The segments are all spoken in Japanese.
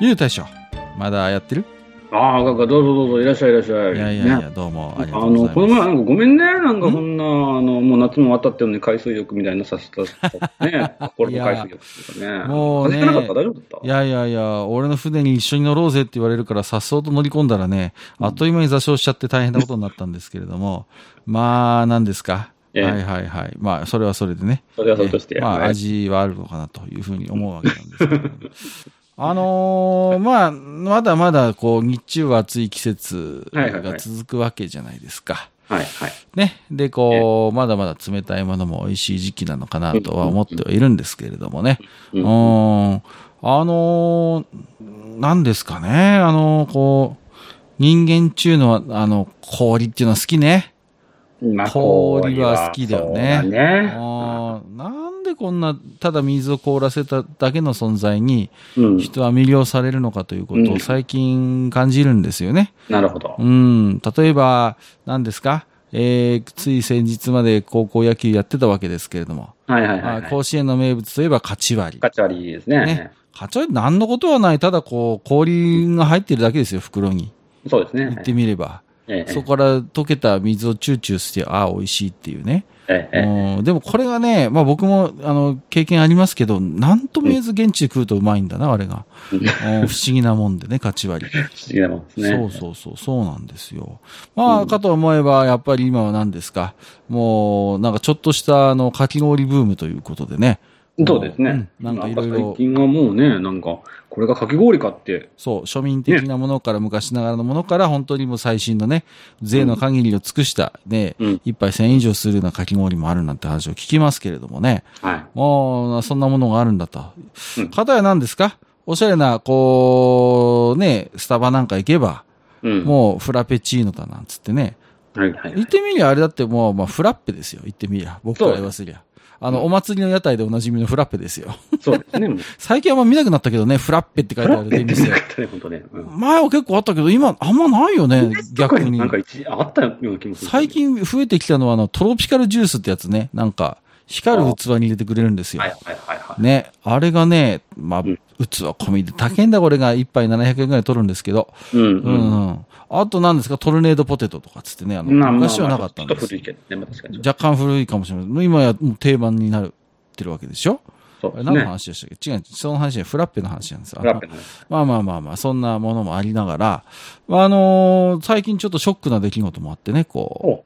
ゆう大将、まだやってるああ、なんかどうぞどうぞ、いらっしゃいいらっしゃい。いやいやいねや、どうもあありがとうごの、ざいこの前、まなす。んかごめんね、なんかこんな、あの、もう夏も終わったってのに海水浴みたいなさせた、ね、心の海水浴とかね。もうね風邪ひかなかった大丈夫だったいやいやいや、俺の船に一緒に乗ろうぜって言われるから、さっそうと乗り込んだらね、あっという間に座礁しちゃって大変なことになったんですけれども、 まあ、何ですか。はえいえはいはい。まあ、それはそれでね。それはそれとしてええまあ、はい味はあるのかなというふうに思うわけなんですけれど も。あのーまあ、まだまだ、こう、日中は暑い季節はいはいはがい続くわけじゃないですか。はい、はい。ね。で、こう、まだまだ冷たいものも美味しい時期なのかなとは思ってはいるんですけれどもね。ううんーん。あのー、なんですかね。あのー、こう、人間中の、あの、氷っていうのは好きね。ま氷は好きだよねそうだねあーなんでこんな、ただ水を凍らせただけの存在に、うん。人は魅了されるのかということうをん最近感じるんですよね。なるほどう。ん、例えば、何ですか、えーつい先日まで高校野球やってたわけですけれども、はいはいはいまはあい。甲子園の名物といえばカチ割り。ガチャリですねね。カチ割り何のことはない、ただこう、氷が入ってるだけですよ、袋に。そうですね。言ってみれば。ええそこから溶けた水をチューチューして、ああ、美味しいっていうね。ええええうん、でもこれがね、まあ僕も、あの、経験ありますけど、なんとも言えず現地で食うとうまいんだな、あれ が。うんうん不思議なもんでね、カチ割り。不思議なもんですね。そうそうそう、そうなんですよ。まあ、かと思えば、やっぱり今は何ですか。もう、なんかちょっとした、あの、かき氷ブームということでね。そうですね。うんなんかいろいなんかろ最、近はもうね、なんか、これがかき氷かって、そう、庶民的なものから、昔ながらのものから、本当にもう最新のね、税の限りを尽くした、ね、うん一杯1000円以上するようなかき氷もあるなんて話を聞きますけれどもね。はもう、そんなものがあるんだとうん。かたや何ですかおしゃれな、こう、ね、スタバなんか行けば、い。うん。もうフラペチーノだなんつってね。はいはいはい言っ。てみりゃあれだってもう、まあ、フラッペですよ。言ってみりゃ。僕から言わせりゃ。あの、お祭りの屋台でおなじみのフラッペですよ。そうですね。もう最近あんま見なくなったけどね、フラッペって書いてある出店。ね、本当ね。うん前は結構あったけど、今あんまないよね、逆に。なんか一時あったような気もする。最近増えてきたのは、あの、トロピカルジュースってやつね。なんか、光る器に入れてくれるんですよは。いはいはいはい。ね、あれがね、まあ、ん器込みで、高いんだこれが1杯700円ぐらい取るんですけど。うんううん。ん、うん。あと何ですか、トルネードポテトとかつってね、あの、まあまあまあ昔はなかったんちょでっすとよ古いけどね、まあ確かに。若干古いかもしれない。今やもう定番になってるわけでしょそうあれです何のね。話でしたっけ違う、その話でフラッペの話なんですよ。フラッペの話。あのまあまあまあまあ、そんなものもありながら、まああのー最近ちょっとショックな出来事もあってね、こ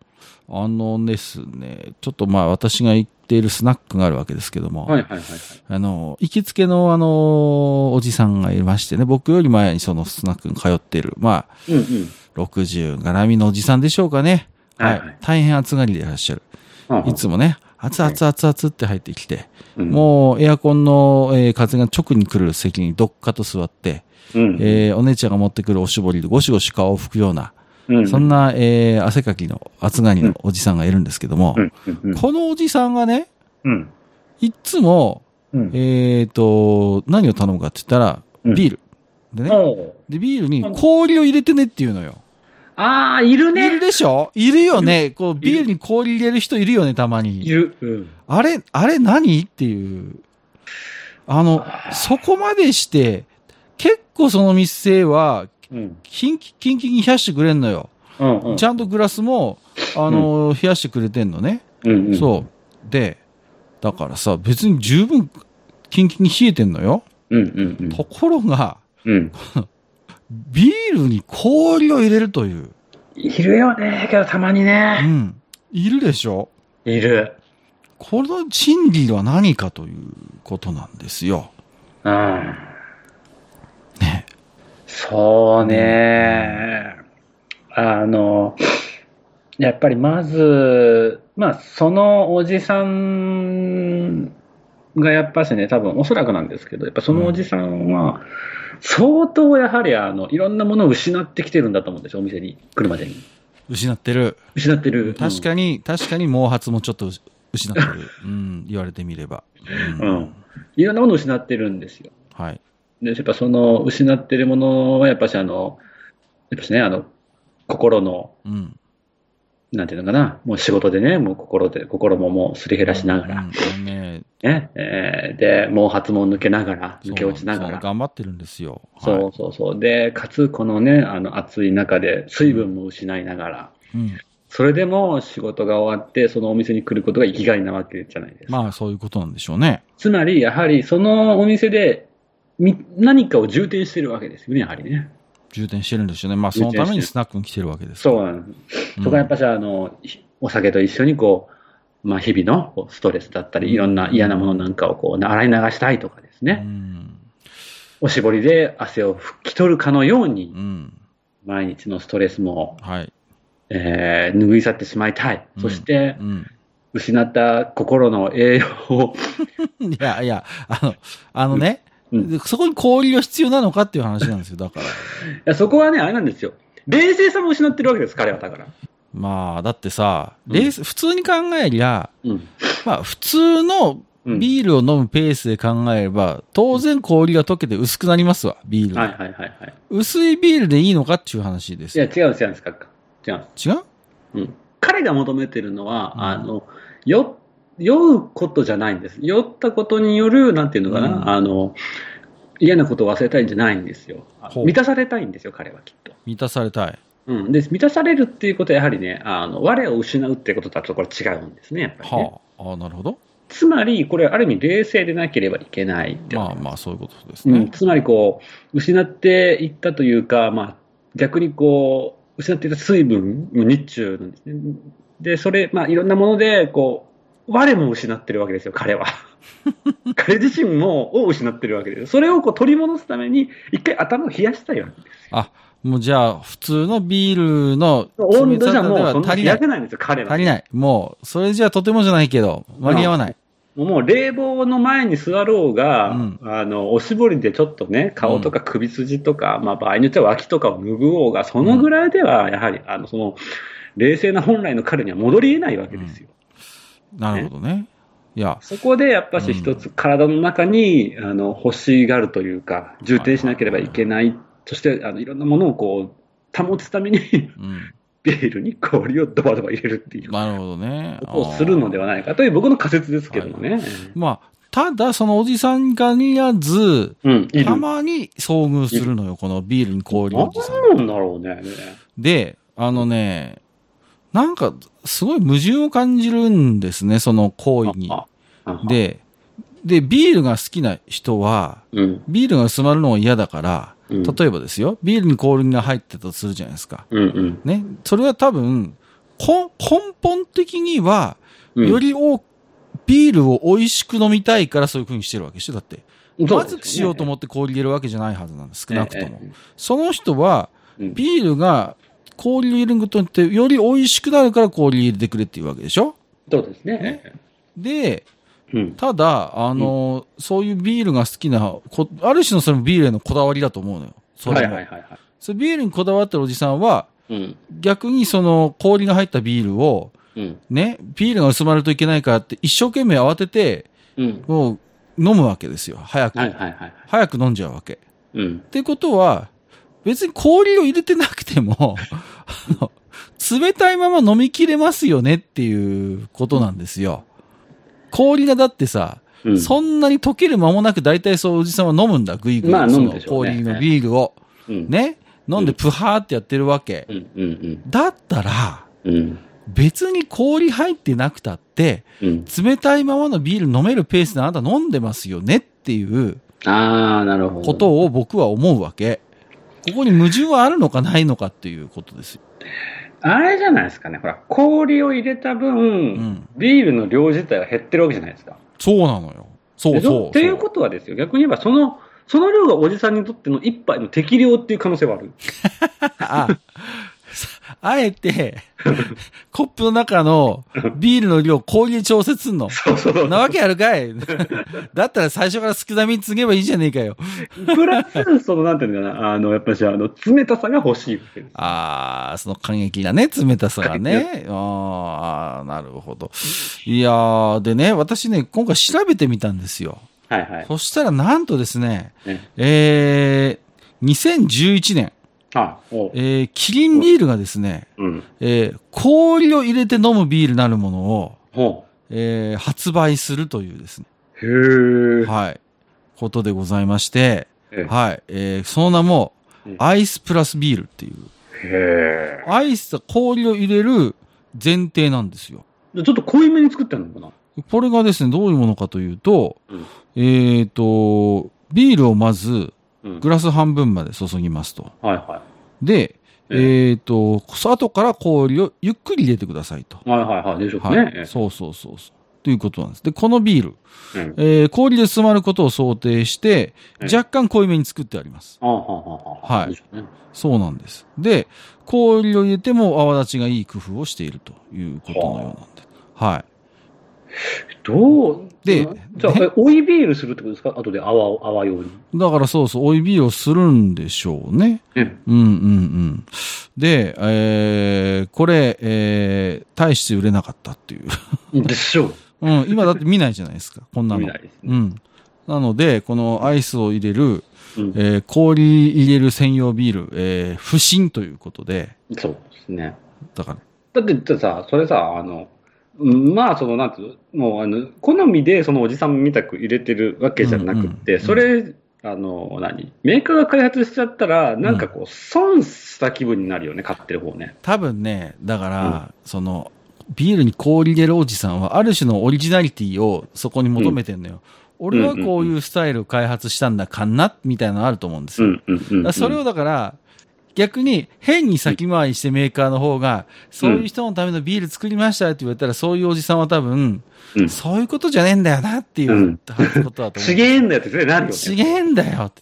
おう、あのですね、ちょっとまあ私が行っているスナックがあるわけですけども、はいはいはいはい。あの、行きつけのあのーおじさんがいましてね、僕より前にそのスナックに通っている、まあ、うんうん。 60絡みのおじさんでしょうかね。はいはい大変暑がりでいらっしゃる。うんいつもね、熱々熱々って入ってきて、うんもうエアコンの、えー風が直に来る席にどっかと座って、うんえーお姉ちゃんが持ってくるおしぼりでゴシゴシ顔を拭くような、うんそんな、えー汗かきの暑がりのおじさんがいるんですけども、うんうんうんこのおじさんがね、うんいっつも、うん。えっ、と、何を頼むかって言ったら、うんビール。でね、おうで、ビールに氷を入れてねっていうのよ。ああ、いるいるね。でしょいるよね。こう、ビールに氷入れる人いるよね、たまに。いる。うんあれ、あれ何っていう。あの、そこまでして、結構その店は、うん。キンキ、キンキンに冷やしてくれんのよ。うんうん。ちゃんとグラスも、あの、冷やしてくれてんのね。うんうん。そう。で、だからさ、別に十分、キンキンに冷えてんのよ。うんうんうん。ところが、うん。ビールに氷を入れるという。いるよね、けどたまにうね。ん。いるでしょいる。この真理は何かということなんですよ。うん。ね。そうね。あの、やっぱりまず、まあ、そのおじさんがやっぱしね、多分おそらくなんですけど、やっぱそのおじさんは、相当やはりあの、いろんなものを失ってきてるんだと思うんですよ、お店に来るまでに。失ってる。失ってる。確かに、確かに毛髪もちょっと失ってる。うん、言われてみれば。う。うんん。いろんなものを失ってるんですよ。はい。で、やっぱその失ってるものは、やっぱしあの、やっぱしね、あの、心の、うん。なんていうのかな、もう仕事でね、もう心で、心ももうすり減らしながら、うん、あのね、ね、えーで、毛髪も抜けながら、抜け落ちながそうら。頑張ってるんですよ。はいそうそうそう。で、かつ、このね、あの、暑い中で、水分も失いながら、うん。それでも仕事が終わって、そのお店に来ることが生きがいなわけじゃないですか。まあ、そういうことなんでしょうね。つまり、やはり、そのお店で、み何かを充填してるわけですよね、やはりね。充填してるんでしょうね。まあ、そのためにスナックに来てるわけですそうなんです。うそこはやっぱし、あの、ひお酒と一緒に、こう、まあ、日々のこうストレスだったり、いろんな嫌なものなんかを、こう、洗い流したいとかですうね。ん。おしぼりで汗を拭き取るかのようにう、ん。毎日のストレスも、はい。えー拭い去ってしまいたい。うんそしてう、ん。失った心の栄養を、いや、いや、あの、あのね、うんでそこに氷が必要なのかっていう話なんですよ。だから。いやそこはね、あれなんですよ。冷静さも失ってるわけです、彼はだから。まあ、だってさ、うん冷静普通に考えりゃ、うん。まあ、普通のうんビールを飲むペースで考えれば、当然氷が溶けて薄くなりますわ、ビールが。はいはいはいはい。薄いビールでいいのかっていう話でいすや、よ。違うんです、違うんです、か違うん違でうす。うん。彼が求めてるのは、うんあの、酔、酔うことじゃないんです。酔ったことによる、なんていうのかな、うんあの、嫌なことを忘れたいんじゃないんですよほ。う満たされたいんですよ、彼はきっと。満たされたい。うん、で満たされるっていうことは、やはりね、あの我を失うってこととはちょっとこれ違うんですね、やっぱりね。はあ、ああ、なるほど。つまり、これはある意味、冷静でなければいけないってまあまあ、そういうことですうん、ね。つまりこう、失っていったというか、まあ、逆にこう失っていた水分、日中なんですね。で、それ、まあ、いろんなものでこう、我も失ってるわけですよ、彼 は。彼自身もを失ってるわけです。それをこう取り戻すために、一回頭を冷やしたいわけです。もうじゃあ、普通のビールの温度じゃもう冷たさそんではな足り冷なやい。せないんですよ、彼は。足りない。もう、それじゃとてもじゃないけど、間に合わない。もう冷房の前に座ろうが、うんあのおしぼりでちょっとね、顔とか首筋とか、まあ、場合によっては脇とかを拭おうが、そのぐらいではやはり、あのその冷静な本来の彼には戻りえないわけですよ。なるほどね。いや、そこでやっぱし一つ、体の中にあの欲しがるというか、充填しなければいけない、そしてあのいろんなものをこう保つために うん。ビールに氷をドバドバ入れるっていうこなるほどね。とをするのではないかという僕の仮説ですけどもね。まあ、ただ、そのおじさんがにやず、うん、いる。たまに遭遇するのよ、このビールに氷のおじさん。何なんだろうね。で、あのね、なんか、すごい矛盾を感じるんですね、その行為に。あああで、で、ビールが好きな人は、うん。ビールが薄まるのが嫌だから、うん例えばですよ、ビールに氷が入ってたとするじゃないですか。うんうんね。それは多分、こ根本的には、うん。より多く、ビールを美味しく飲みたいからそういう風にしてるわけでしょだって。まずくしようと思っって氷入れるわけじゃないはずなんです。少なくとも。ええその人は、ええうんビールが氷を入れることによって、より美味しくなるから氷入れてくれっていうわけでしょそうですね。えで、えうん。ただ、あの、そういうビールが好きな、こある種のそのビールへのこだわりだと思うのよ。そはれいもはいはいはそれビールにこだわってるおじさんは、い。うん。逆にその氷が入ったビールを、うん。ね、ビールが薄まるといけないからって一生懸命慌てて、うん。もう飲むわけですよ。早く。はいはいはい。早く飲んじゃうわけ。うんっ。てことは、別に氷を入れてなくても、あの冷たいまま飲み切れますよねっていうことなんですよ。氷がだってさ、うん。そんなに溶ける間もなく大体そうおじさんは飲むんだ、ぐいぐい。まあその飲むでしょうね氷のビールを。うん。ね。飲んでプハーってやってるわけう。んうんだったら、うん。うん。別に氷入ってなくたって、うん。冷たいままのビール飲めるペースであなた飲んでますよねっていうああ、なるほど。ことを僕は思うわけ。ここに矛盾はあるのかないのかっていうことですよ。あれじゃないですかね。ほら、氷を入れたう分、ん。ビールの量自体は減ってるわけじゃないですか。そうなのよ。そうでしょそう。っていうことはですよ。逆に言えば、その、 その量がおじさんにとっての一杯の適量っていう可能性はある。とあ、あえて、コップの中のビールの量を氷で調節すんの。 そうそうそうなわけあるかいだったら最初から少なめに継げばいいじゃねえかよ。プラス、その、なんていうのかな、あの、やっぱり、あの、冷たさが欲しいわけです。ああ、その感激だね、冷たさがね。ああ、なるほど。いやー、でね、私ね、今回調べてみたんですよ。はいはい。そしたらなんとですね、ね、えー、2011年、あ、おう。えー、キリンビールがですね、うん。えー、氷を入れて飲むビールなるものを、ほえー、発売するというですね、う。へえ。はい、ことでございまして、えはい、えー、その名もうん、アイスプラスビールっていう、へアイスと氷を入れる前提なんですよ。え。ちょっと濃いめに作ってるのかなこれがですね、どういうものかというと、うんえっ、と、ビールをまず、うん。グラス半分まで注ぎますと。はいはで、えええっ、と、後から氷をゆっくり入れてくださいと。い。はいはいはい。でしょうはい。ね。えそうそうそうそう。ということなんです。で、このビール、えうん。えー氷で進まることを想定して、ええ若干濃いめに作ってあります。ああ、はあ、はあ。はいでしょうね。そうなんです。で、氷を入れても泡立ちがいい工夫をしているということのようなんで。はい。どうでじゃあ、え追いビールするってことですか後で泡を、泡用に。だからそうそう、追いビールをするんでしょうね。ね。うんうんうん。で、えー、これ、えー、大して売れなかったって いう。でしょう。うん、今だって見ないじゃないですか、こんな見のな。いですうね。ん。なので、このアイスを入れる、うん。えー、氷入れる専用ビール、えー、不審ということで、そうですね。だから、だって、じゃあさ、それさ、あの、うんまあ、その、なんていうの、もう、あの、好みで、そのおじさんみたく入れてるわけじゃなくって、うんうんそれ、あの、何メーカーが開発しちゃったら、なんかこう、損した気分になるよね、買ってる方ね。多分ね、だから、その、ビールに氷入れるおじさんは、ある種のオリジナリティをそこに求めてんのよ。俺はこういうスタイルを開発したんだかんな、みたいなのあると思うんですうよ。ん、うん、うん。だからそれをだから、逆に変に先回りしてメーカーの方が、そういう人のためのビール作りましたって言われたら、そういうおじさんは多分、うんそういうことじゃねえんだよなっていう、うんことだと思ちう。げえんだよって、それなるよね。ちげえんだよっ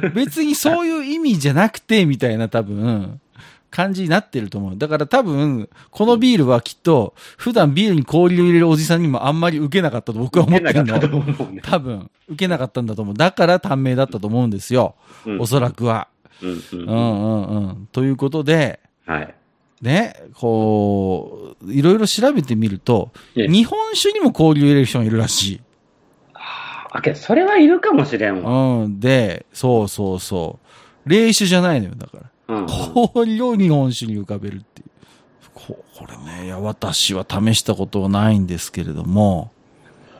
て。別にそういう意味じゃなくて、みたいな多分、感じになってると思う。だから多分、このビールはきっと、普段ビールに氷を入れるおじさんにもあんまり受けなかったと僕は思って変るな方の。と思うね。多分、受けなかったんだと思う。だから短命だったと思うんですよ。うんおそらくは。うん、う、うんんう。うんんうん。ということで、はい。ね、こう、いろいろ調べてみると、ええ日本酒にも氷を入れる人もいるらしい。あ、けど、それはいるかもしれんわ。うん。で、そうそうそう。冷酒じゃないのよ、だから。うん。氷を日本酒に浮かべるっていう。ここれね、いや、私は試したことはないんですけれども、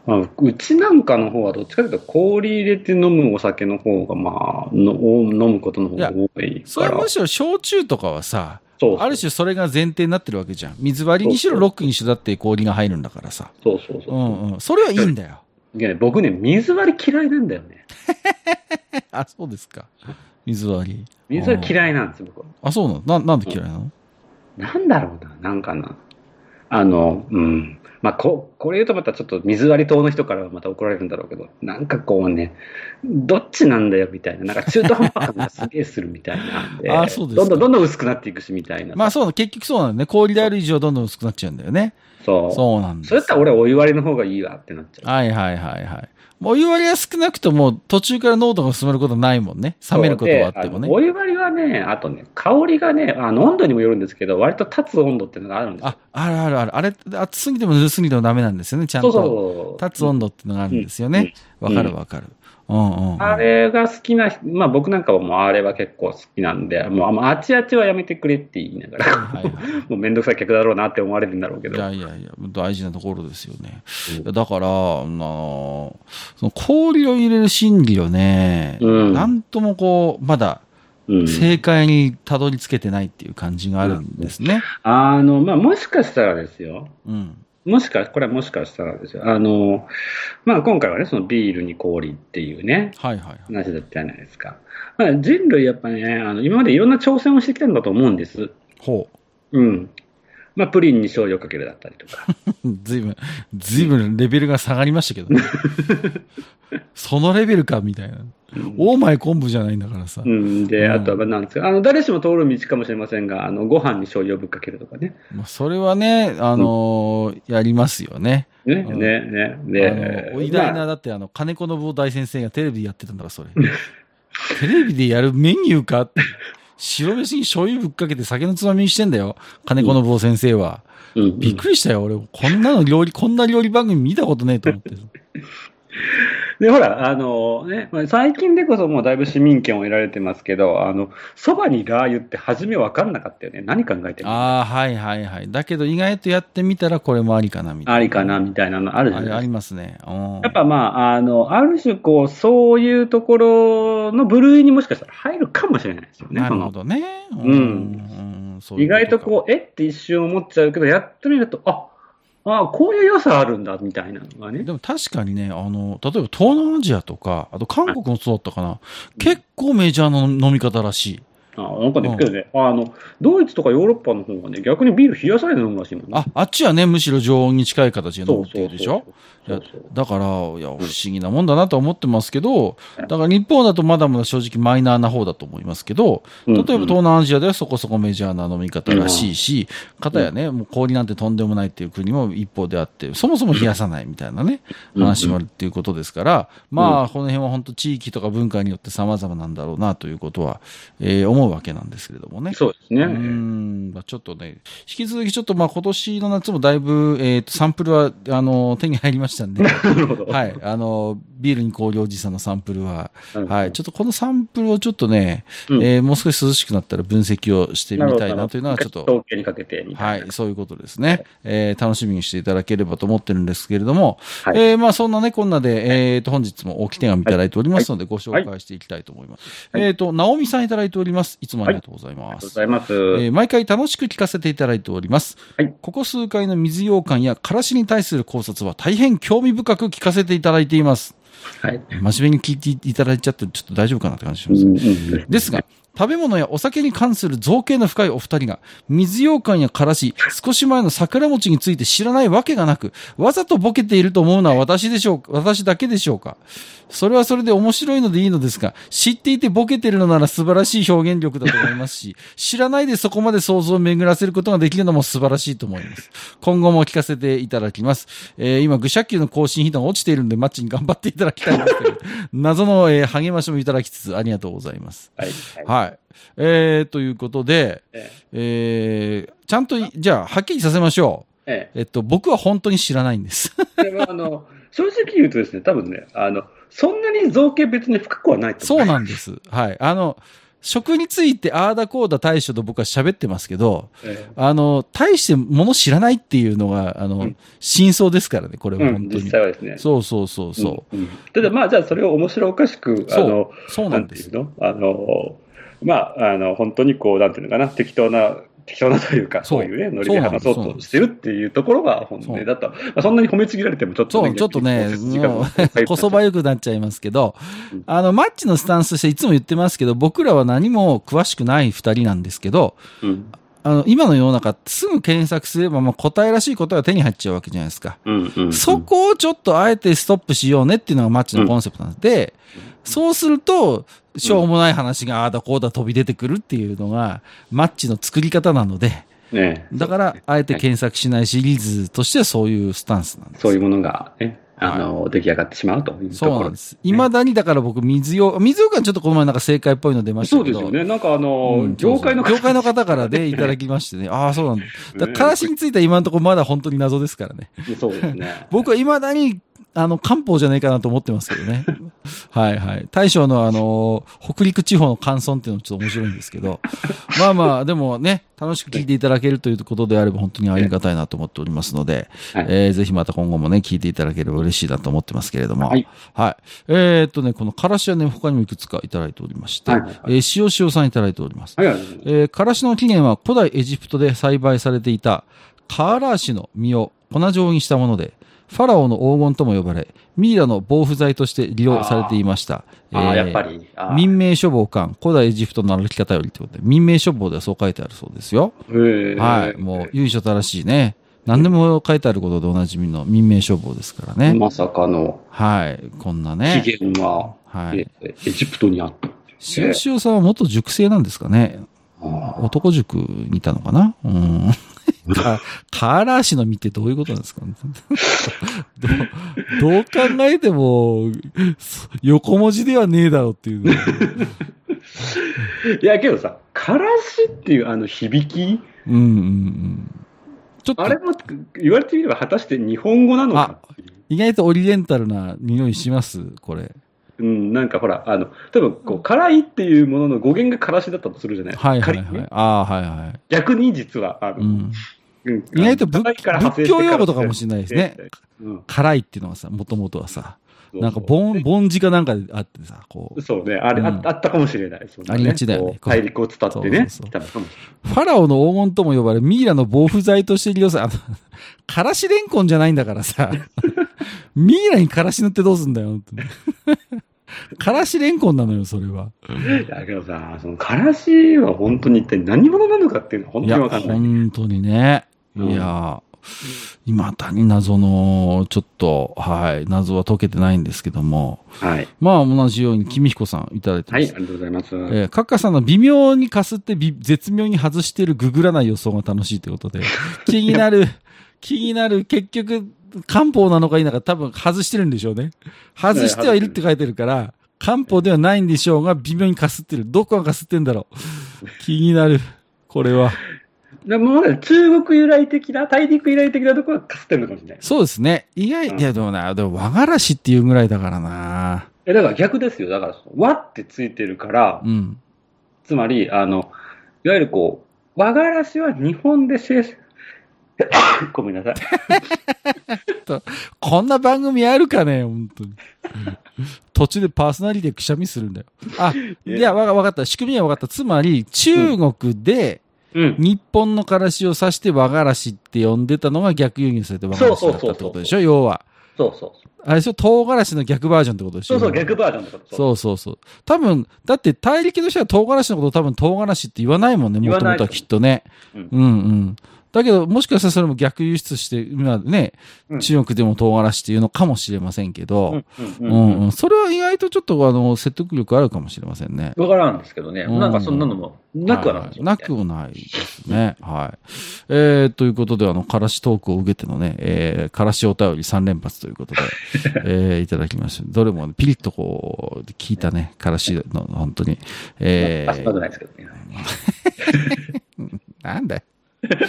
まあ、うちなんかの方はどっちかというと氷入れて飲むお酒の方が、まあ、の飲むことの方が多いそかれら。はむしろ焼酎とかはさ、そうそうある種それが前提になってるわけじゃん。水割りにしろロックにしろだって氷が入るんだからさ。そうそううそう。んうん。それはいいんだよ。いやね僕ね、水割り嫌いなんだよね。あ、そうですか。水割り。水割り嫌いなんです、僕は。あ、そうなのな、なんで嫌いなの、なんだろうな、なんかな。あの、うん。まあ、こ、これ言うとまたちょっと水割り党の人からはまた怒られるんだろうけど、なんかこうね、どっちなんだよみたいな、なんか中途半端感がすげえするみたいなんで あそうですかどんどんどんどん薄くなっていくしみたいな。まあそうなの。結局そうなのね。氷である以上どんどん薄くなっちゃうんだよね。そう。そそうなんです。れだったら俺はお湯割りの方がいいわってなっちゃう。はいはいはいはい。もうお湯割りは少なくとも途中から濃度が進まることはないもんね。冷めることはあってもそうでねの。お湯割りはね、あとね、香りがね、あの温度にもよるんですけど、割と立つ温度っていうのがあるんですよ。あ、あるあるある。あれ、熱すぎてもぬるすぎてもダメなんですよね、ちゃんそうそうと。そう。立つ温度っていうのがあるんですよね。わんかるわかる。うんうんうん。あれが好きな人、まあ僕なんかはもうあれは結構好きなんで、もうあもうあちあちはやめてくれって言いながら、 はいはもうめんどくさい客だろうなって思われるんだろうけい。いど。やいやいや、大事なところですよね。うんだから、あのその氷を入れる心理をね、うんなんともこう、まだうん正解にたどり着けてないっていう感じがあるんですね。あの、まあもしかしたらですよ。うん。もしか、これはもしかしたらですよ。あの、まあ今回はね、そのビールに氷っていうね、はいはいはい。話だったじゃないですか。まあ人類やっぱね、あの今までいろんな挑戦をしてきたんだと思うんです。ほう。 うん。まあ、プリンに醤油をかけるだったりと か。ずいぶん、ずいぶんレベルが下がりましたけ どね。そのレベルか、みたいな。うオーマイ昆布じゃないんだからさ。ん、で、うんあとは、なんですか、あの、誰しも通る道かもしれませんが、あの、ご飯に醤油をぶっかけるとかね。まあ、それはね、あのーやりますよね。ね、うんね、ね。あで、の、偉大まな、あだって、あの、金子信夫大先生がテレビでやってたんだから、 それ。テレビでやるメニューかって。白飯に醤油ぶっかけて酒のつまみにしてんだよ。金子信夫先生は。うんびっくりしたよ、俺。こんなの料理、こんな料理番組見たことねえと思って。で、ほら、あのね、まあ最近でこそもうだいぶ市民権を得られてますけど、あの、そばにラー油って初め分かんなかったよね。何考えてるのああ、はいはいはい。だけど意外とやってみたらこれもありかな、みたいな。ありかなみたいなのあるじゃあれないですあかりますね。うんやっぱまあ、あの、ある種こう、そういうところの部類にもしかしたら入るかもしれないですよね。なるほどね。うんうんその意外とこうう、えって一瞬思っちゃうけど、やってみると、ああこういう良さあるんだ、みたいなのがいうことか。ね。でも確かにね、あの、例えば東南アジアとか、あと韓国もそうだったかな。結構メジャーな飲み方らしい。あなんかね、けどね、あの、ドイツとかヨーロッパの方がね、逆にビール冷やされて飲むらしいもんね。あ、あっちはね、むしろ常温に近い形でそ飲うむっていそうでうしょそうそうそう。だから、いや、不思議なもんだなとは思ってますけど、だから日本だとまだまだ正直マイナーな方だと思いますけど、うん例えば東南アジアではそこそこメジャーな飲み方らしいし、かたやね、もう氷なんてとんでもないっていう国も一方であって、そもそも冷やさないみたいなね、うん話もあるっていうことですから、まあ、この辺は本当地域とか文化によって様々なんだろうなということは、えー思うわけなんですけれどもね。そうですね。うーん、まあちょっとね、引き続きちょっとまあ今年の夏もだいぶ、えーとサンプルは、あの、手に入りましたんで、 なるほど。はい、あの、ビールに氷おじさんのサンプルは、うんはい、ちょっとこのサンプルをちょっとね、うんえーもう少し涼しくなったら分析をしてみたいなというのはちょっと、統計にかけてみたはいな。い、そういうことですね。えー楽しみにしていただければと思ってるんですけれども、はいえーまあそんなね、こんなで、えーと、本日もおき手紙いただいておりますので、ご紹介していきたいと思います。はいえっ、と、ナオミさんいただいております。いつもありがとうございありまがとうごす。ざいます。えー毎回楽しく聞かせていただいております。はいここ数回の水羊羹やからしに対する考察は大変興味深く聞かせていただいています。はい。真面目に聞いていただいちゃってちょっと大丈夫かなって感じしうます。んうんですが、食べ物やお酒に関する造形の深いお二人が、水羊羹やからし、少し前の桜餅について知らないわけがなく、わざとボケていると思うのは私でしょうか、私だけでしょうか。それはそれで面白いのでいいのですが、知っていてボケてるのなら素晴らしい表現力だと思いますし、 知らないでそこまで想像を巡らせることができるのも素晴らしいと思います。今後も聞かせていただきます。えー今、愚者級の更新頻度が落ちているので、マッチに頑張っていただきたいんですけど、 謎の、えー励ましもいただきつつ、ありがとうございます。はい。はいはい。えー、ということで、ええー、ちゃんとい、じゃあ、はっきりさせましょう。えええっと、僕は本当に知らないん です。えでもあの、正直言うとですね、多分ね、あの、そんなに造形別に深くはないとそ思うなんです。はい。あの、食について、ああだこうだ大将と僕は喋ってますけど、う。えあの、大して物知らないっていうのが、あの、ん真相ですからね、これえはうん、本当に。実際はですね。そうそうそうそう。うん。うんただまあ、じゃあそれを面白おかしく、あそうの、、そうなんですて。いうのあの、まあ、あの、本当にこう、なんていうのかな、適当な、適当なというか、そそうういうね、ノリで話そうそうなんでとすしてるっていうところが本音だと。まあそんなに褒めちぎられてもちょっとそう、ちょっとね、もうこそばよくなっちゃいますけどうん、あの、マッチのスタンスとしていつも言ってますけど、僕らは何も詳しくない二人なんですけど、うん。あの、今の世の中、すぐ検索すれば、まあ、答えらしい答えは手に入っちゃうわけじゃないですか。うん。うん。そこをちょっとあえてストップしようねっていうのがマッチのコンセプトなんで、そうすると、しょうもない話がああだこうだ飛び出てくるっていうのが、マッチの作り方なので、ねえだから、あえて検索しないシリーズとしてはそういうスタンスなんです。そういうものがね、あの、出来上がってしまうというとそうこなろんです。いまだにだから僕、水よ水ようかんちょっとこの前なんか正解っぽいの出ましたそうけでど。すよね。なんかあの、うん業界のそうそう業界の方から でいただきましてね。ああ、そうなんだ。だから、ねからしについては今のところまだ本当に謎ですから ね。そうです ね。僕は未だに、あの、漢方じゃないかなと思ってますけど ね。はいはい。大将のあの、北陸地方の乾村っていうのもちょっと面白いんですけど。まあまあ、でもね、楽しく聞いていただけるということであれば本当にありがたいなと思っておりますので、はいえーぜひまた今後もね、聞いていただければ嬉しいなと思ってますけれども。はい。はい。えーっとね、このからしはね、他にもいくつかいただいておりまして、はいはいはいえー塩塩さんいただいております。はいはいはい。えー、からしの起源は古代エジプトで栽培されていたカーラーシの実を粉状にしたもので、ファラオの黄金とも呼ばれ、ミイラの防腐剤として利用されていました。ああ、えーやっぱり。あー民命処方館、古代エジプトの歩き方よりということで、民命処方ではそう書いてあるそうですよ。へえはい。もう、由緒正しいね。何でも書いてあることでおなじみの民命処方ですからね。まさかのはい。こんなね。起源は、はいえエジプトにあった。新潮さんは元塾生なんですかね。あ男塾にいたのかなうん。 か、カーラー氏の実ってどういうことなんですか どうどう考えても、そ横文字ではねえだろうっていう。ーいや、けどさ、からしっていうあの響き、うんうんうん。ちょっあれと、も言われてみれば果たして日本語なのかっていう。意外とオリエンタルな匂いしますこれ。うん、なんかほら、あの、例えばこう、辛いっていうものの語源がからしだったとするじゃないはいはい仮にはねい。ああ、はいはい。逆に実は、あの、うん。うん意外と仏辛いから派仏生して教用語とかもしれないですね。うん辛いっていうのはさ、もともとはさ、そうなんか盆、盆字かなんかであってさ、こう、そうね、あれ、うんああったかもしれない。そんなねありがちだよねこう大陸を伝ってね、そうそうそう来たのかもしファラオの黄金とも呼ばれ、ミイラの防腐剤として利用され、あの からしレンコンじゃないんだからさ、 ミイラにからし塗ってどうすんだよ、本当に からしレンコンなのよ、それは。れない。だけどさ、その、からしは本当に一体何者なのかっていうのは本い当や、にわかんない。本当にね。いうんや、いまだに謎の、ちょっと、はい、謎は解けてないんですけども。はい。まあ、同じように、君彦さんいただいてはまい、あすり。がとうございます。えー、カッカさんの微妙にかすってび絶妙に外してるググらない予想が楽しいということで、気になる、気になる、結局、漢方なのか否か多分外してるんでしょうね。外してはいるって書いてるから、漢方ではないんでしょうが、微妙にかすってる。どこがかすってんだろう。気になる。これは。でもまだ中国由来的な、大陸由来的なところはかすってるのかもしれない。そうですね。意外、いやでもな、でも和がらしっていうぐらいだからな。え、だから逆ですよ。だから、和ってついてるから、うん。つまり、あの、いわゆるこう、和がらし は日本で生産、ごめんなさい。こんな番組あるかね本当に。途中でパーソナリティくしゃみするんだよ。あ、いやや、わ、わかった。仕組みはわかった。つまり、中国でうん。日本のからしを指して和がらしって呼んでたのが逆輸入されて和がらしだったってことでしょ要は。そうそう。あれでしょ唐辛子の逆バージョンってことでしそょうそう、逆バージョンってことそうそうそう。多分、だって大陸の人は唐辛子のことを多分唐辛子って言わないもんね、言もわとなもいとはきっとね。ううんんうん。だけど、もしかしたらそれも逆輸出して、今ねう、ん中国でも唐辛子っていうのかもしれませんけど、ううん、うんんううんんそれは意外とちょっとあの、説得力あるかもしれませんね。わからんですけどね、うんなんかそんなのもなくはなかったいなくはないですね。はい。えー、ということで、あの、からしトークを受けてのね、えー、からしお便り3連発という ことで、えー、いただきました。どれも、ね、ピリッとこう、聞いたね、からしの、本当に。えあそん なこー、とないですけどね。なんだよ。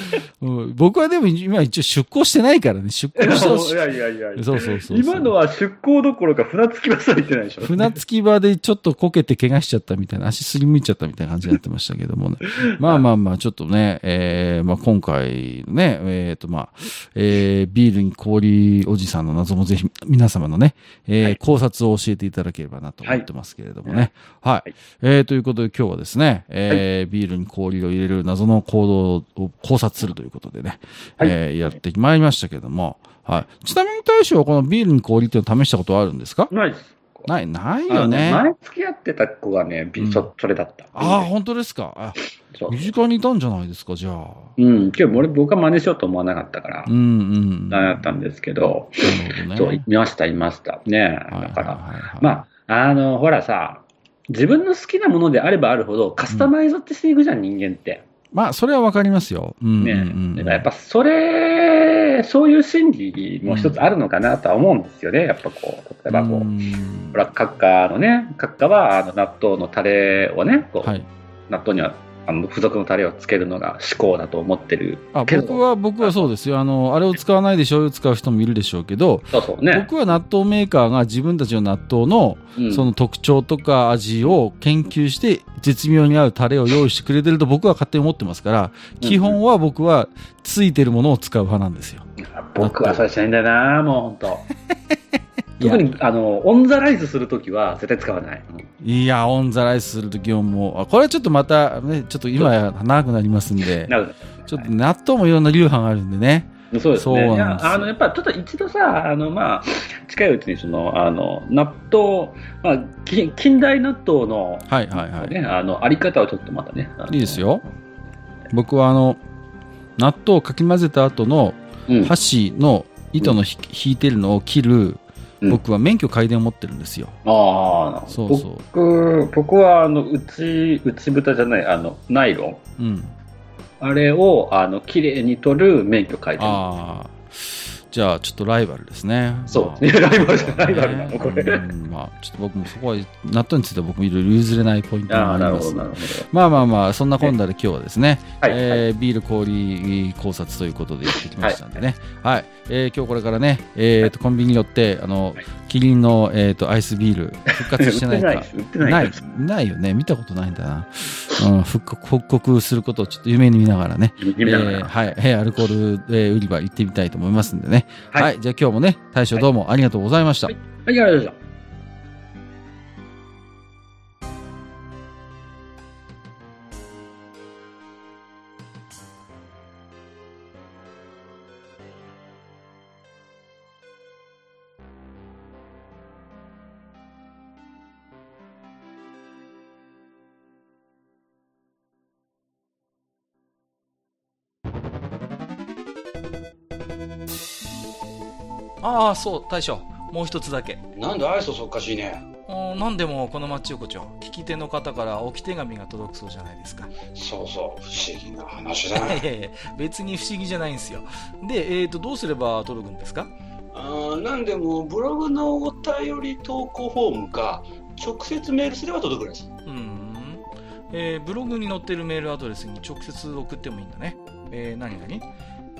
うん僕はでも今一応出向してないからね、出向してほし いやいやいやいやい。そうそうそうそう。今のは出向どころか船着き場されてないでしょ。船着き場でちょっとこけて怪我しちゃったみたいな、足すりむいちゃったみたいな感じになってましたけど もね。まあまあまあ、ちょっとね、えー、まあ今回ね、えっ、とまあ、えー、ビールに氷おじさんの謎もぜひ皆様のね、えーはい考察を教えていただければなと思ってますけれどもね。はい。はいえー、ということで今日はですね、えービールに氷を入れる謎の行動を考察するということでね、はいえーやってまいりましたけれども、はい。ちなみに大将はこのビールに氷っていうのを試したことはあるんですかないです。ない、ないあのよね。前付き合ってた子がね、うびんそそれだった。ああ、本当ですか。あそう身近にいたんじゃないですか、じゃあ。うん、今日俺僕は真似しようと思わなかったからう、んうん。ななるったんですけど、ほそどう、いね。ました、いました。ねはいだから、はいはいはいまあ、あの、ほらさ、自分の好きなものであればあるほどカスタマイズってしていくじゃん、人間って。まあ、それはわかりますよ。うんうんねうん。だからやっぱそれ、そういう心理も一つあるのかなとは思うんですよね、やっぱこう、例えばこう、うんほら、カッカーのね、カッカーはあの納豆のタレをね、こうはい。納豆にはあの付属のタレをつけるのが至高だと思ってる。あ、けど僕は、僕はそうですよ。あの、あれを使わないで醤油を使う人もいるでしょうけど、そうそうね。僕は納豆メーカーが自分たちの納豆のうんその特徴とか味を研究して絶妙に合うタレを用意してくれてると僕は勝手に思ってますから、基本は僕はついてるものを使う派なんですよ。僕はそれしないんだよな、もう本い当。や特にあのオンザライズするときは絶対使わない。いや、オンザライスするときはもう、あこれはちょっとまた、ね、ちょっと今や長くなりますんで、なるちょっと納豆もいろんな流派があるんでね、そうですそうね。いなんですよや、あの、やっぱ、ちょっと一度さ、あの、まあ、近いうちに、その、あの、納豆、まあ、き近代納豆の、はいはいはい。ね、あの、あり方をちょっとまたね。あのいいです。よ。僕はあの、納豆をかき混ぜた後のうん。箸の糸のひ引いてるのを切る、うん僕は免許改伝を持ってるんですよ。ああ、そうそう僕、僕は、あの、うち、うち豚じゃない、あの、ナイロン。うん。あれを、あの、綺麗に取る免許書いてる。ああ。じゃあ、ちょっとライバルですね。そう。 いまや、ライバルじゃあライバルなの、これ。うんまあ、ちょっと僕もそこは、納豆については僕もいろいろ譲れないポイントあがああ、りなるまほすど、なるねほど。まあまあまあ、そんなこんなで今日はですね、はい。はいえービール氷考察ということで行ってきましたんでね、はいえー今日これからね、えーとコンビニに寄ってあの、はいキリンの、えー、とアイスビール復活してないか売ってな ないいです。売ってないです。ないよね見たことないんだな、うん、復刻復刻することをちょっと夢に見ながらね意味ながえーら。はい、えーアルコール、えー売り場行ってみたいと思いますんでねは、はいいじゃあ今日もね大将どうもありがとうございました、ははい、ありがとうございました。ああそう大将もう一つだけなんでアイスそっかしいねなんでもこの町横丁聞き手の方から置き手紙が届くそうじゃないですかそうそう不思議な話いだや いやいや別に不思議じゃないんですよで、えー、とどうすれば届くんですかあーなんでもブログのお便り投稿フォームか直接メールすれば届くんですうーん、えーブログに載ってるメールアドレスに直接送ってもいいんだねえー、何何